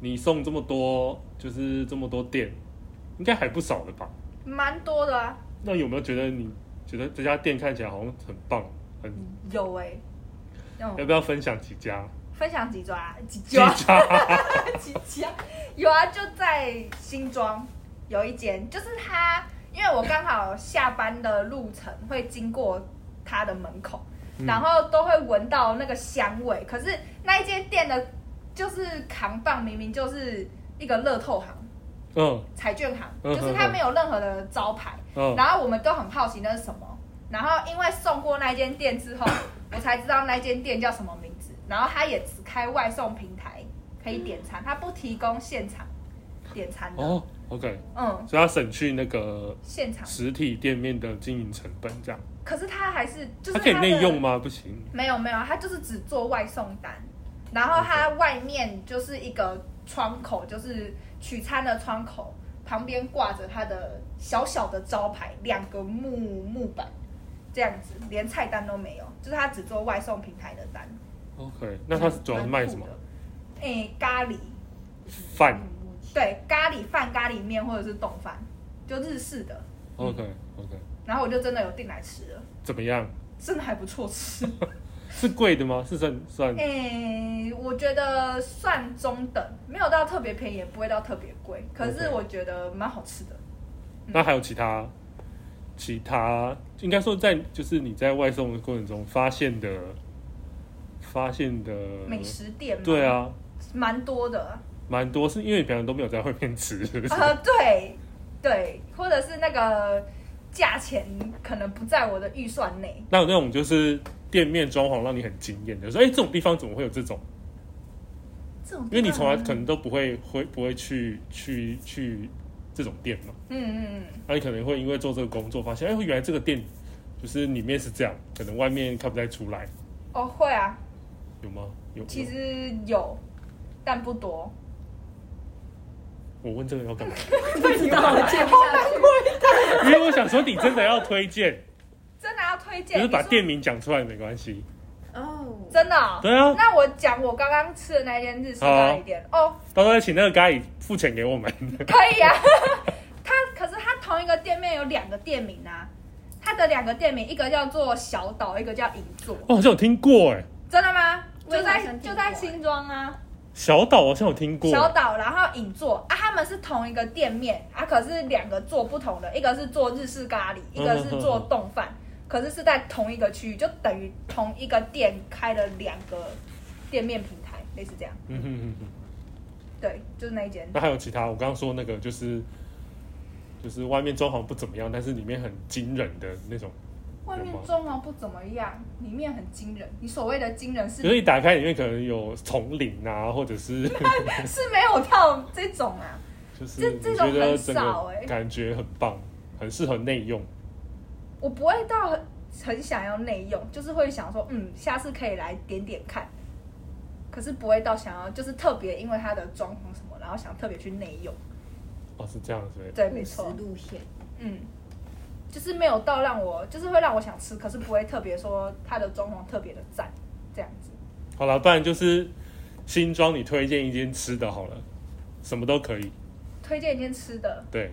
你送这么多，就是这么多店，应该还不少了吧？蛮多的啊，那有没有觉得你觉得这家店看起来好像很棒，很有哎、那要种不要分享几家？分享几抓啊几几抓家？ 几家，有啊，就在新庄有一间，就是他，因为我刚好下班的路程会经过他的门口，嗯然后都会闻到那个香味。可是那一间店的，就是扛棒明明就是一个乐透行、嗯彩券行，嗯就是它没有任何的招牌。嗯，然后我们都很好奇那是什么。然后因为送过那间 店之后，我才知道那间店叫什么名字。然后它也只开外送平台可以点餐，它不提供现场点餐的。哦，OK，嗯，所以要省去那个现场。实体店面的经营成本，这样。可是它还是就是它可以它的内用吗？不行。没有没有，它就是只做外送单，然后它外面就是一个窗口，就是取餐的窗口，旁边挂着它的小小的招牌，两个木木板，这样子，连菜单都没有，就是它只做外送平台的单。 OK，那它主要是卖什么蛮？酷的？诶、咖喱，饭。对，咖喱饭、咖喱面或者是冻饭，就日式的。 OK OK，然后我就真的有订来吃了，怎么样？真的还不错吃。是贵的吗？是算算诶、哎我觉得算中等，没有到特别便宜，也不会到特别贵，可是 OK 我觉得蛮好吃的。嗯那还有其他其他，应该说在就是你在外送的过程中发现的发现的美，食店嘛，嗯对，啊，蛮多的。蛮多是因为你平常都没有在外面 吃，是不是呃，对对，或者是那个价钱可能不在我的预算内。那有那种就是店面装潢让你很惊艳的，说哎、这种地方怎么会有这种？这种因为你从来地可方能都不会会不会去去去这种店嘛，嗯嗯那你可能会因为做这个工作发现，哎、原来这个店就是里面是这样，可能外面看不太出来，嗯，哦会啊，有吗？有。其有实有，但不 多。我问这个要干嘛？不知道接不下 去。因为我想说，你真的要推荐，真的要推就荐？是把你说店名讲出来没关系。哦，真的哦、对啊，那我讲我刚刚吃的那间日式好啊咖喱店哦，到时候再请那个咖喱付钱给我们。 可以啊。 它可是它同一个店面有两个店名啊，它的两个店名一个叫做小岛，一个叫银座，我哦好像有听过哎，真的吗？我就也好在像听过就在新庄啊，小岛好像有听过。小岛，然后银座啊，他们是同一个店面啊，可是两个做不同的，一个是做日式咖喱，嗯一个是做冻饭，可是是在同一个区域，就等于同一个店开了两个店面平台，类似这样。嗯哼哼哼。对，就是那一间。那还有其他？我刚刚说那个就是，就是外面装潢不怎么样，但是里面很惊人的那种，外面装潢不怎么样，里面很惊人。你所谓的惊人是就是一打开里面可能有丛林啊，或者是 是没有到这种啊，就是这你这觉种得很整少个欸感觉很棒，很适合内用。我不会到很很想要内用，就是会想说，嗯，下次可以来点点看。可是不会到想要，就是特别因为它的装潢什么，然后想特别去内用。哦，是这样子欸。对，没务实错，路线，嗯，就是没有到让我，就是会让我想吃，可是不会特别说它的装潢特别的赞这样子。好了，不然就是新庄，你推荐一间吃的好了，什么都可以。推荐一间吃的，对，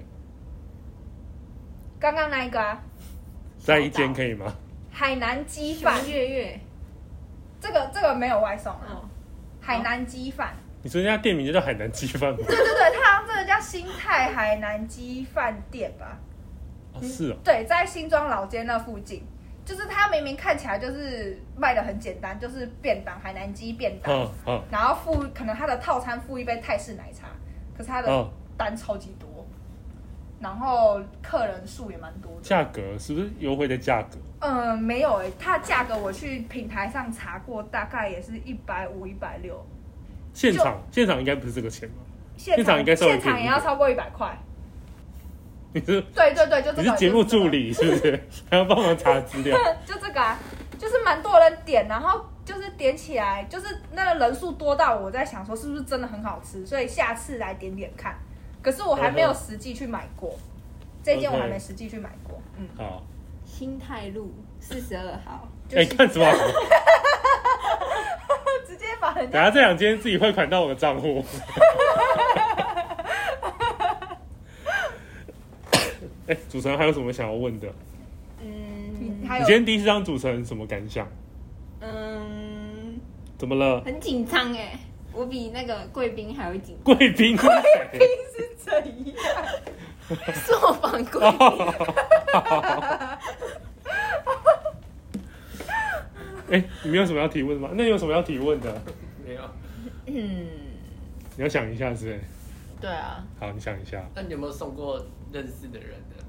刚刚那一个啊，在一间可以吗？海南鸡饭熊，月月这个这个没有外送啊。哦，海南鸡饭，你说人家店名就叫海南鸡饭吗？对对对，它好像真的叫新泰海南鸡饭店吧？嗯哦是哦，对，在新庄老街那附近，就是它明明看起来就是卖的很简单，就是便当海南鸡便当，嗯嗯然后附可能它的套餐附一杯泰式奶茶，可是它的嗯，单超级多，然后客人数也蛮多的。价格是不是优惠的价格？嗯，没有诶、它的价格我去平台上查过，大概也是一百五、一百六，现场嗯现场应该不是这个钱吧？ 现现场应该稍微现场便宜也一要点超过一百块。你是对对对，就这你个是节目就这个助理是不是？ 还要帮忙查资料？ 就这个啊，就是蛮多人点，然后就是点起来，就是那个人数多到我在想说是不是真的很好吃，所以下次来点点看。可是我还没有实际去买过，这一件我还没实际去买过。嗯，好，新泰路四十二号，就 哎，是干什么？直接把人等家下这两间自己汇款到我的账 户。哎、主持人还有什么想要问的？嗯你，还你有今天第一次当主持人什么感想？嗯，怎么了？很紧张哎，我比那个贵宾还要紧，贵宾是谁是怎样？ 受访贵宾。哎、你没有什么要提问的吗？那你有什么要提问的？没有。嗯，你要想一下，是不是？对啊，好，你想一下。那你有没有送过认识的人呢？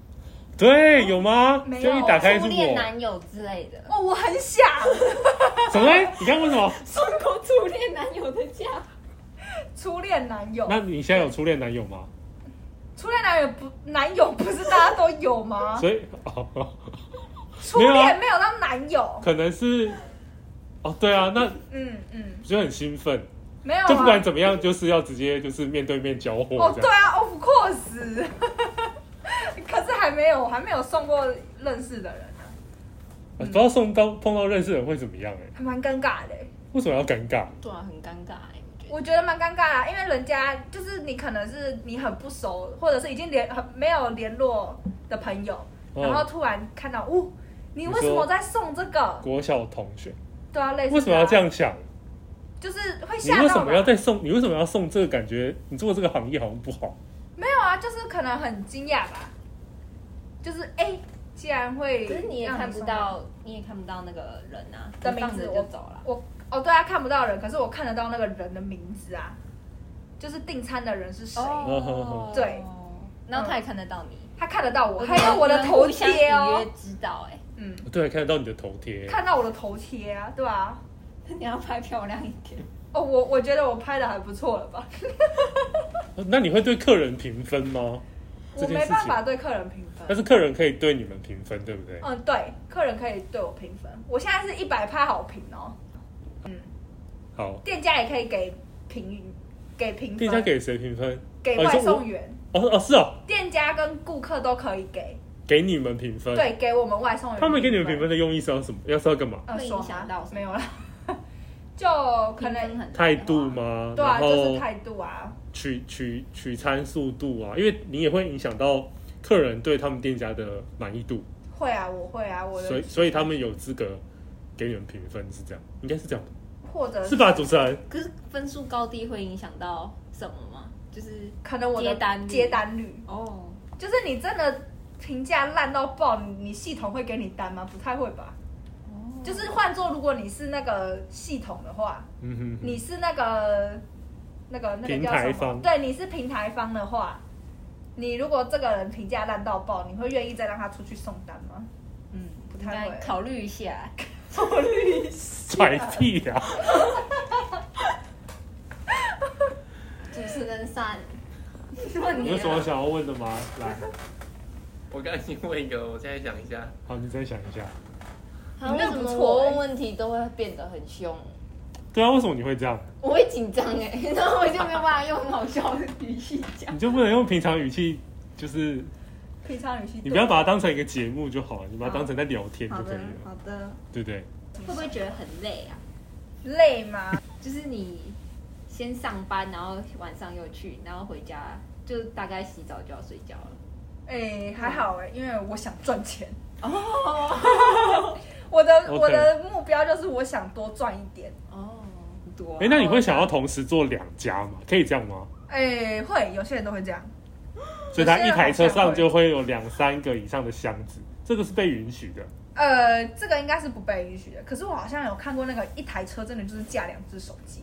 对，有吗？哦没有就一打开是初我。恋男友之类的，哦，我很想，什么？你刚刚问什 么？送过初恋男友的家，初恋男友，那你现在有初恋男友吗？初恋男友不男友不是大家都有吗？所以哦，初没有啊恋没有到男友，可能是哦，对啊，那嗯嗯，就很兴奋，没有、啊，就不管怎么样，就是要直接就是面对面交货哦，这对样。啊，of course，可是还没有，我还没有送过认识的人啊，不知道送到碰到认识的人会怎么样哎、还蛮尴尬的欸、为什么要尴尬？对啊，很尴尬哎，我觉我得。觉得蛮尴尬的，因为人家就是你可能是你很不熟，或者是已经联很没有联络的朋友，嗯然后突然看到，哦，你为你什说么在送这个？国小同学对啊，类似为什么要这的啊？样想？就是会你吓到为什么要嘛在送？你为什么要送这个？感觉你做这个行业好像不好。没有啊，就是可能很惊讶吧，就是哎、既然会，可是你也看不到，你也看不到那个人啊，的你名放字着我就走了。我哦，对啊，看不到人，可是我看得到那个人的名字啊，就是订餐的人是谁，哦对，然后他也看得到你，他看得到我，嗯还有我的头贴你们互相隐哦约，知道哎，嗯，对，看得到你的头贴。看到我的头贴啊，对啊，你要拍漂亮一点。哦，我我觉得我拍的还不错了吧，那你会对客人评分吗？这我件没事情办法对客人评但分。是客人可以对你们评分，对不对？嗯，对，客人可以对我评分，我现在是一百趴好评哦，好，店家也可以给评给评分，店家给谁评分？给哦你外说送我员，哦哦，是哦，店家跟顾客都可以给，给你们评分。，对，给我们外送员，他们给你们评分，的用意是要什么？要是要干嘛？呃，会影说响哈到什么没 有啦，就可评分能很大态的话度？吗？对啊，然就是后态度啊，取取取餐速度啊，因为你也会影响到客人对他们店家的满意度，会啊，我会啊，我所以的所以他们有资格给你们评分，是这样，应该是这样吧，或者是吧？主持人，可是分数高低会影响到什么吗？就是可能我的接单率接单率，哦，就是你真的评价烂到爆，你你系统会给你单吗？不太会吧。哦就是换做如果你是那个系统的话，嗯哼哼，你是那个那个那个平叫台什么？方对，你是平台方的话，你如果这个人评价烂到爆，你会愿意再让他出去送单吗？嗯，不应太会该考虑一下。拽屁啊！主持人三，问你你有啊什么想要问的吗？来，我刚刚已经问一个，我现在想一下，好，你再想一下。好你那为个什不么错我欸问问题都会变得很凶？对啊，为什么你会这样？我会紧张哎， 然后我就没有办法用很好笑的语气讲。你就不能用平常语气，就是平常语气，你不要把它当成一个节目就好了，你把它当成在聊天就可以了，好的，对不对？会不会觉得很累啊？累吗？就是你先上班，然后晚上又去，然后回家就大概洗澡就要睡觉了。哎、还好哎、因为我想赚钱。哦 我的 OK 我的目标就是我想多赚一点。哦，很多啊、哎、那你会想要同时做两家吗？可以这样吗？哎、会有些人都会这样，所以它一台车上就会有两三个以上的箱子，这个是被允许的。呃，这个应该是不被允许的。可是我好像有看过那个一台车真的就是架两只手机，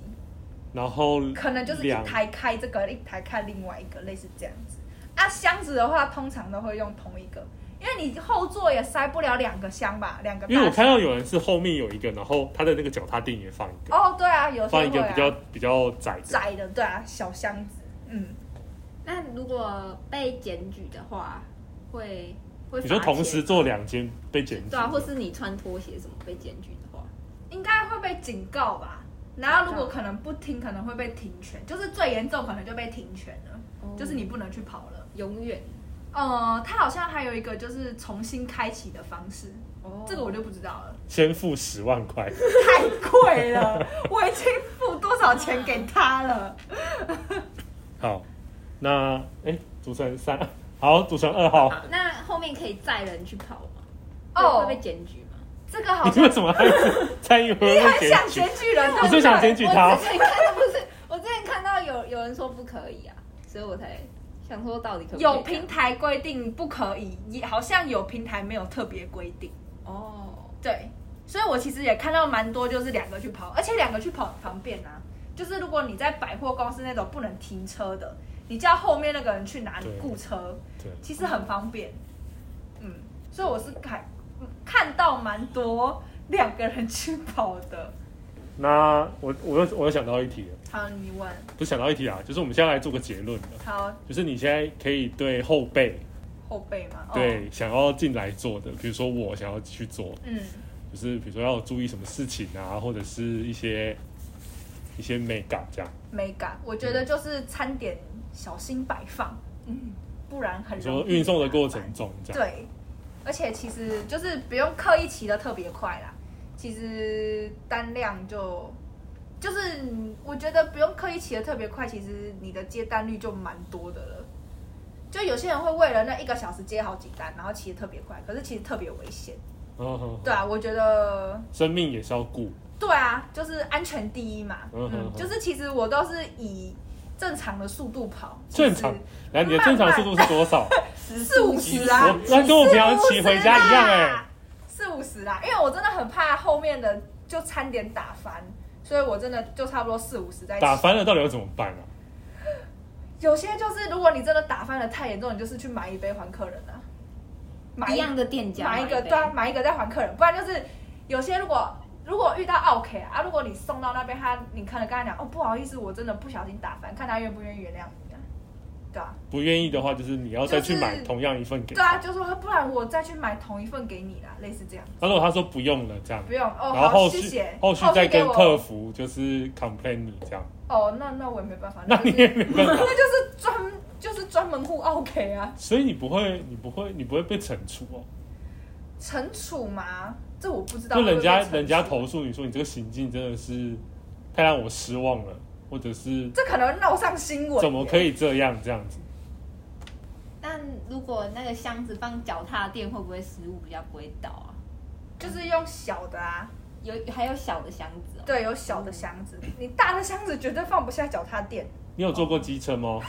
然后可能就是一两台开这个，一台开另外一个，类似这样子。啊，箱子的话通常都会用同一个，因为你后座也塞不了两个箱吧，两个大箱。因为我看到有人是后面有一个，然后他的那个脚踏垫也放一个，哦，对啊，有些放会、一啊、个比较比较窄的。窄的，对啊，小箱子，嗯。那如果被检举的话，会会你说罚钱同时做两间被检举，对啊，或是你穿拖鞋什么被检举的话，应该会被警告吧。然后如果可能不听，可能会被停权，就是最严重可能就被停权了，哦就是你不能去跑了。永远呃，他好像还有一个就是重新开启的方式，哦这个我就不知道了，先付十万块， 太贵了，我已经付多少少钱给他了？好，那哎，组成三，好，组成二号，那后面可以载人去跑吗？哦会被检举吗？这个好你像为什么还参与活你动很检想举检？举人，对不我对就想检举他我之前看到不是，我之前看到有有人说不可以啊，所以我才想说到底可不可以有平台规定不可以，也好像有平台没有特别规定。哦，对，所以我其实也看到蛮多，就是两个去跑，而且两个去跑很方便啊。就是如果你在百货公司那种不能停车的，你叫后面那个人去拿你对雇车，对，其实很方便。嗯，所以我是看看到蛮多两个人去跑的。那我我又我又想到一题了，好，你问。不是想到一题啊，就是我们现在来做个结论的，好，就是你现在可以对后辈后背嘛。哦、对想要进来做的，比如说我想要去做，嗯，就是比如说要注意什么事情啊，或者是一些一些美感这样。美感，我觉嗯得就是餐点小心摆放，嗯，不然很你容易说运送的过麻烦程中这样，对，而且其实就是不用刻意骑的特别快啦，其实单量就就是你我觉得不用刻意骑的特别快，其实你的接单率就蛮多的了。就有些人会为了那一个小时接好几单，然后骑的特别快，可是其实特别危险。嗯哼，对啊，我觉得生命也是要顾，对啊，就是安全第一嘛。嗯嗯嗯，嗯就是其实我都是以正常的速度跑，其实正常。来，你的正常速度是多 少？四五十啊，我那跟我平常骑回家一样哎、四五十啦，因为我真的很怕后面的就餐点打翻，所以我真的就差不多四五十在欸打骑。翻了到底要怎么办啊？有些就是如果你真的打翻的太严重，你就是去买一杯还客人啊，买一样的店家买一个杯对啊，买一个再还客人，不然就是有些如果。如果遇到 OK 啊，如果你送到那边，他你可能跟他讲哦，不好意思，我真的不小心打翻，看他愿不愿意原谅你啊，对啊，不愿意的话，就是你要再去买就是同样一份给对啊，他。就说不然我再去买同一份给你啦，类似这样。那如果他说不用了，这样，不用哦，然后好，后谢续谢。后续再给跟我客服就是 complain 你这样，哦，那那我也没办法，那你也就是没办法，那就是专就是专门户 OK 啊， 所以你不会，你不会，你不会被惩处哦。惩处嘛，这我不知道就会不人会被惩处。家人家投诉你说你这个行径真的是太让我失望了，或者是这可能闹上新闻，怎么可？以这样这样子？但如果那个箱子放脚踏垫，会不会食物比较不会倒啊？就是用小的啊，有还有小的箱子哦，对，有小的箱子，你大的箱子绝对放不下脚踏垫。你有坐过机车吗？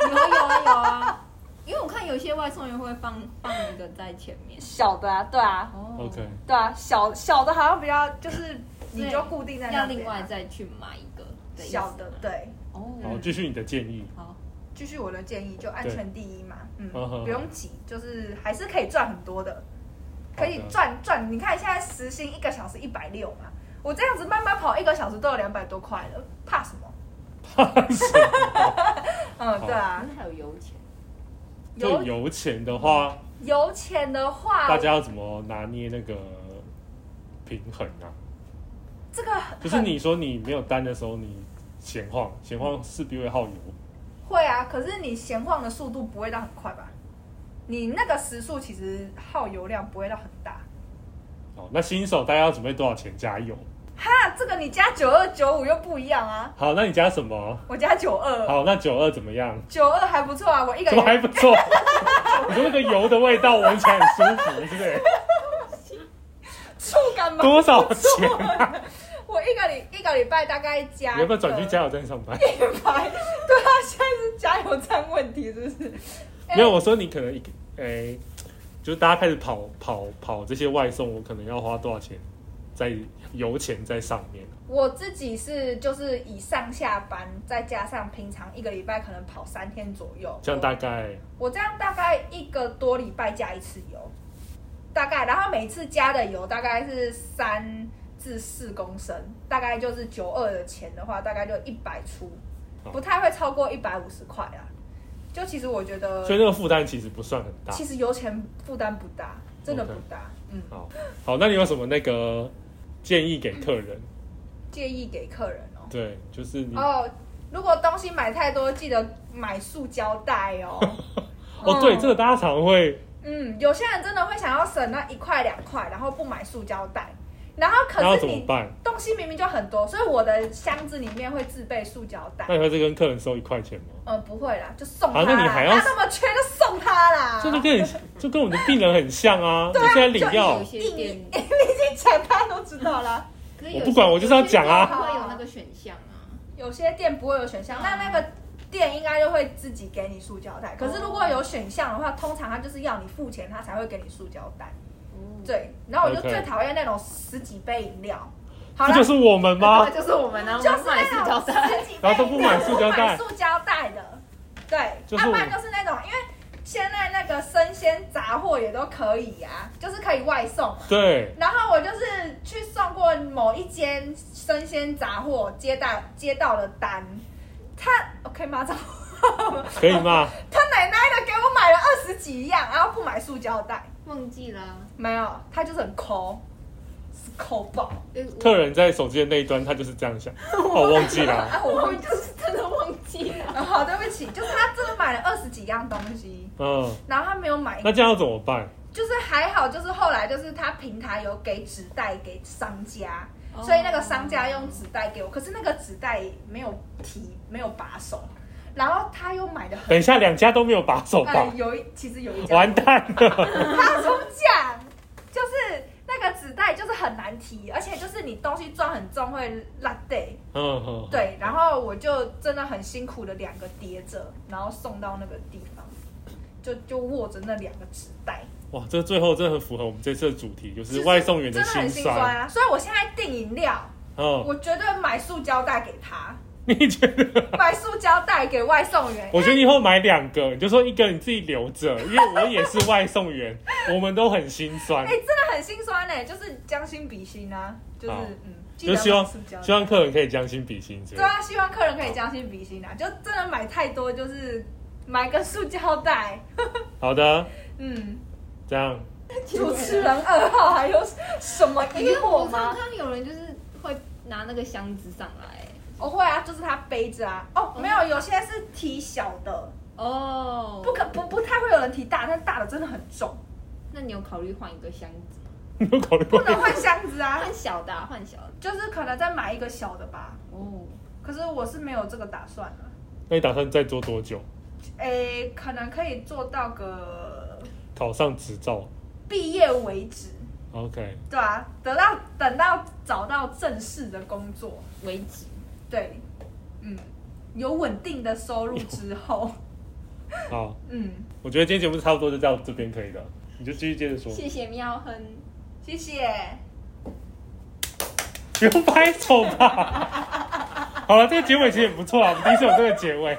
有啊有啊有啊，因为我看有些外送员会放放一个在前面。小的啊，对啊，哦 OK，对啊，小小的好像比较就是你就固定在那要边啊另外再去买一个的意思小的吗对。好，哦，继续你的建议。好，继续我的建议，就安全第一嘛，嗯，嗯哼不用急，就是还是可以赚很多的，可以好的赚赚。你看现在时薪一个小时一百六嘛，我这样子慢慢跑一个小时都有两百多块了，怕什么？ 嗯，对可啊，是还有油钱，就油油钱的啊话，油钱的话大，家要怎么拿捏那个平衡啊？这个很就是你说你没有单的时候，你闲晃，闲晃势必会耗油。会啊，可是你闲晃的速度不会到很快吧？你那个时速其实耗油量不会到很大。好，哦那新手大概要准备多少钱加油？哈，啊这个你加九二九五又不一样啊，好，那你加什么？我加九二，好，那九二怎么样？九二还不错啊，我一个怎么人还不错？ 你说那个油的味道闻起来很舒服，是不是？触感蛮多少钱？我一个礼一个礼拜大概加一个，你要不要转去加油站上 班？一百？对啊，现在是加油站问题是不是？哎 没有，我说你可能一个，哎，就是大家开始跑跑跑这些外送，我可能要花多少钱在油钱在上面？我自己是就是以上下班，再加上平常一个礼拜可能跑三天左右，这样大概我这样大概一个多礼拜加一次油，大概，然后每次加的油大概是三至四公升，大概就是九二的钱的话，大概就一百出好，不太会超过一百五十块啦。就其实我觉得，所以那个负担其实不算很大其。实油钱负担不大，真的不大。嗯，好，好，那你有什么那个建议给客人？建议给客人哦。对，就是你哦哦，如果东西买太多，记得买塑胶袋哦。 嗯对，这个大家常会嗯，有些人真的会想要省那一块两块，然后不买塑胶袋。然后那可要是怎么你办？东西明明就很多，所以我的箱子里面会自备塑胶袋那。你会再跟客人收一块钱吗？呃，不会啦，就送他啊啦。那你还要他那么缺就送他啦。这就跟你就跟我们的病人很像 啊！你现在领药有，些店，你讲大家都知道啦。可是有我些不管我就是要讲啊有些店会有那个选项啊，有些店不会有选项，那那个店应该就会自己给你塑胶袋。可是如果有选项的话，通常他就是要你付钱，他才会给你塑胶袋。对，然后我就 OK 最讨厌那种十几杯饮料。好这啦，就是我们吗对，？就是我们啊，我就们是不买那塑胶种十几袋，杯饮料然后都不买塑胶袋不买塑胶袋的，就对，是要我不然就是那种，因为现在那个生鲜杂货也都可以啊，就是可以外送。对，然后我就是去送过某一间生鲜杂货，接到接到了单，他 OK 吗？ 这可以吗？他奶奶的给我买了二十几样，然后不买塑胶袋，忘记啊啦。没有，他就是很抠，是抠爆。呃客人在手机的那一端，他就是这样 想，哦我忘记了，啊，我我我就是真的忘记了。啊好对不起，就是他真的买了二十几样东西，嗯，然后他没有买，那这样要怎么办？就是还好，就是后来就是他平台有给纸袋给商家，哦所以那个商家用纸袋给我，可是那个纸袋没有提，没有把手，然后他又买的很，等一下，两家都没有把手呃吧，？有一其实有一家完蛋 了，他怎么讲？就是那个纸袋就是很难提，而且就是你东西装很重会烂对嗯哼，对，然后我就真的很辛苦的两个叠着，然后送到那个地方，就就握着那两个纸袋。哇，这最后真的很符合我们这次的主题，就就是外送员真的心很心酸酸。啊！所以我现在订饮料，嗯， 我绝对买塑胶袋给他，你觉得？买塑胶袋给外送员。我觉得你以后买两个，你就说一个你自己留着，因为我也是外送员，我们都很心酸哎、，真的很心酸呢、哎就是将心比心啊，就是好嗯，记得哦就买希望塑胶袋希望客人可以将心比心之类对的。啊，希望客人可以将心比心啊，就真的买太多就是买个塑胶袋，好的，嗯，这样 主持人二号还有什么疑哎因为惑我常吗？常有人就是会拿那个箱子上来，我会啊，就是他背着啊，哦，没有，有些是提小的，哦，不可不不太会有人提大，但大的真的很重，那你有考虑换一个箱子吗？你有考虑不过？能换箱子啊，换小的啊、换小的就是可能再买一个小的吧。哦。可是我是没有这个打算的。那你打算再做多久？诶，可能可以做到个考上执照毕业为止， ？OK，对啊，得到等到找到正式的工作，为止，对，嗯，有稳定的收入之后，好，嗯，我觉得今天节目差不多就到这边可以了，你就继续接着说，谢谢喵亨。谢谢。 不用拍手吧。好了，这个结尾其实也不错啊，我们第一次有这个结尾。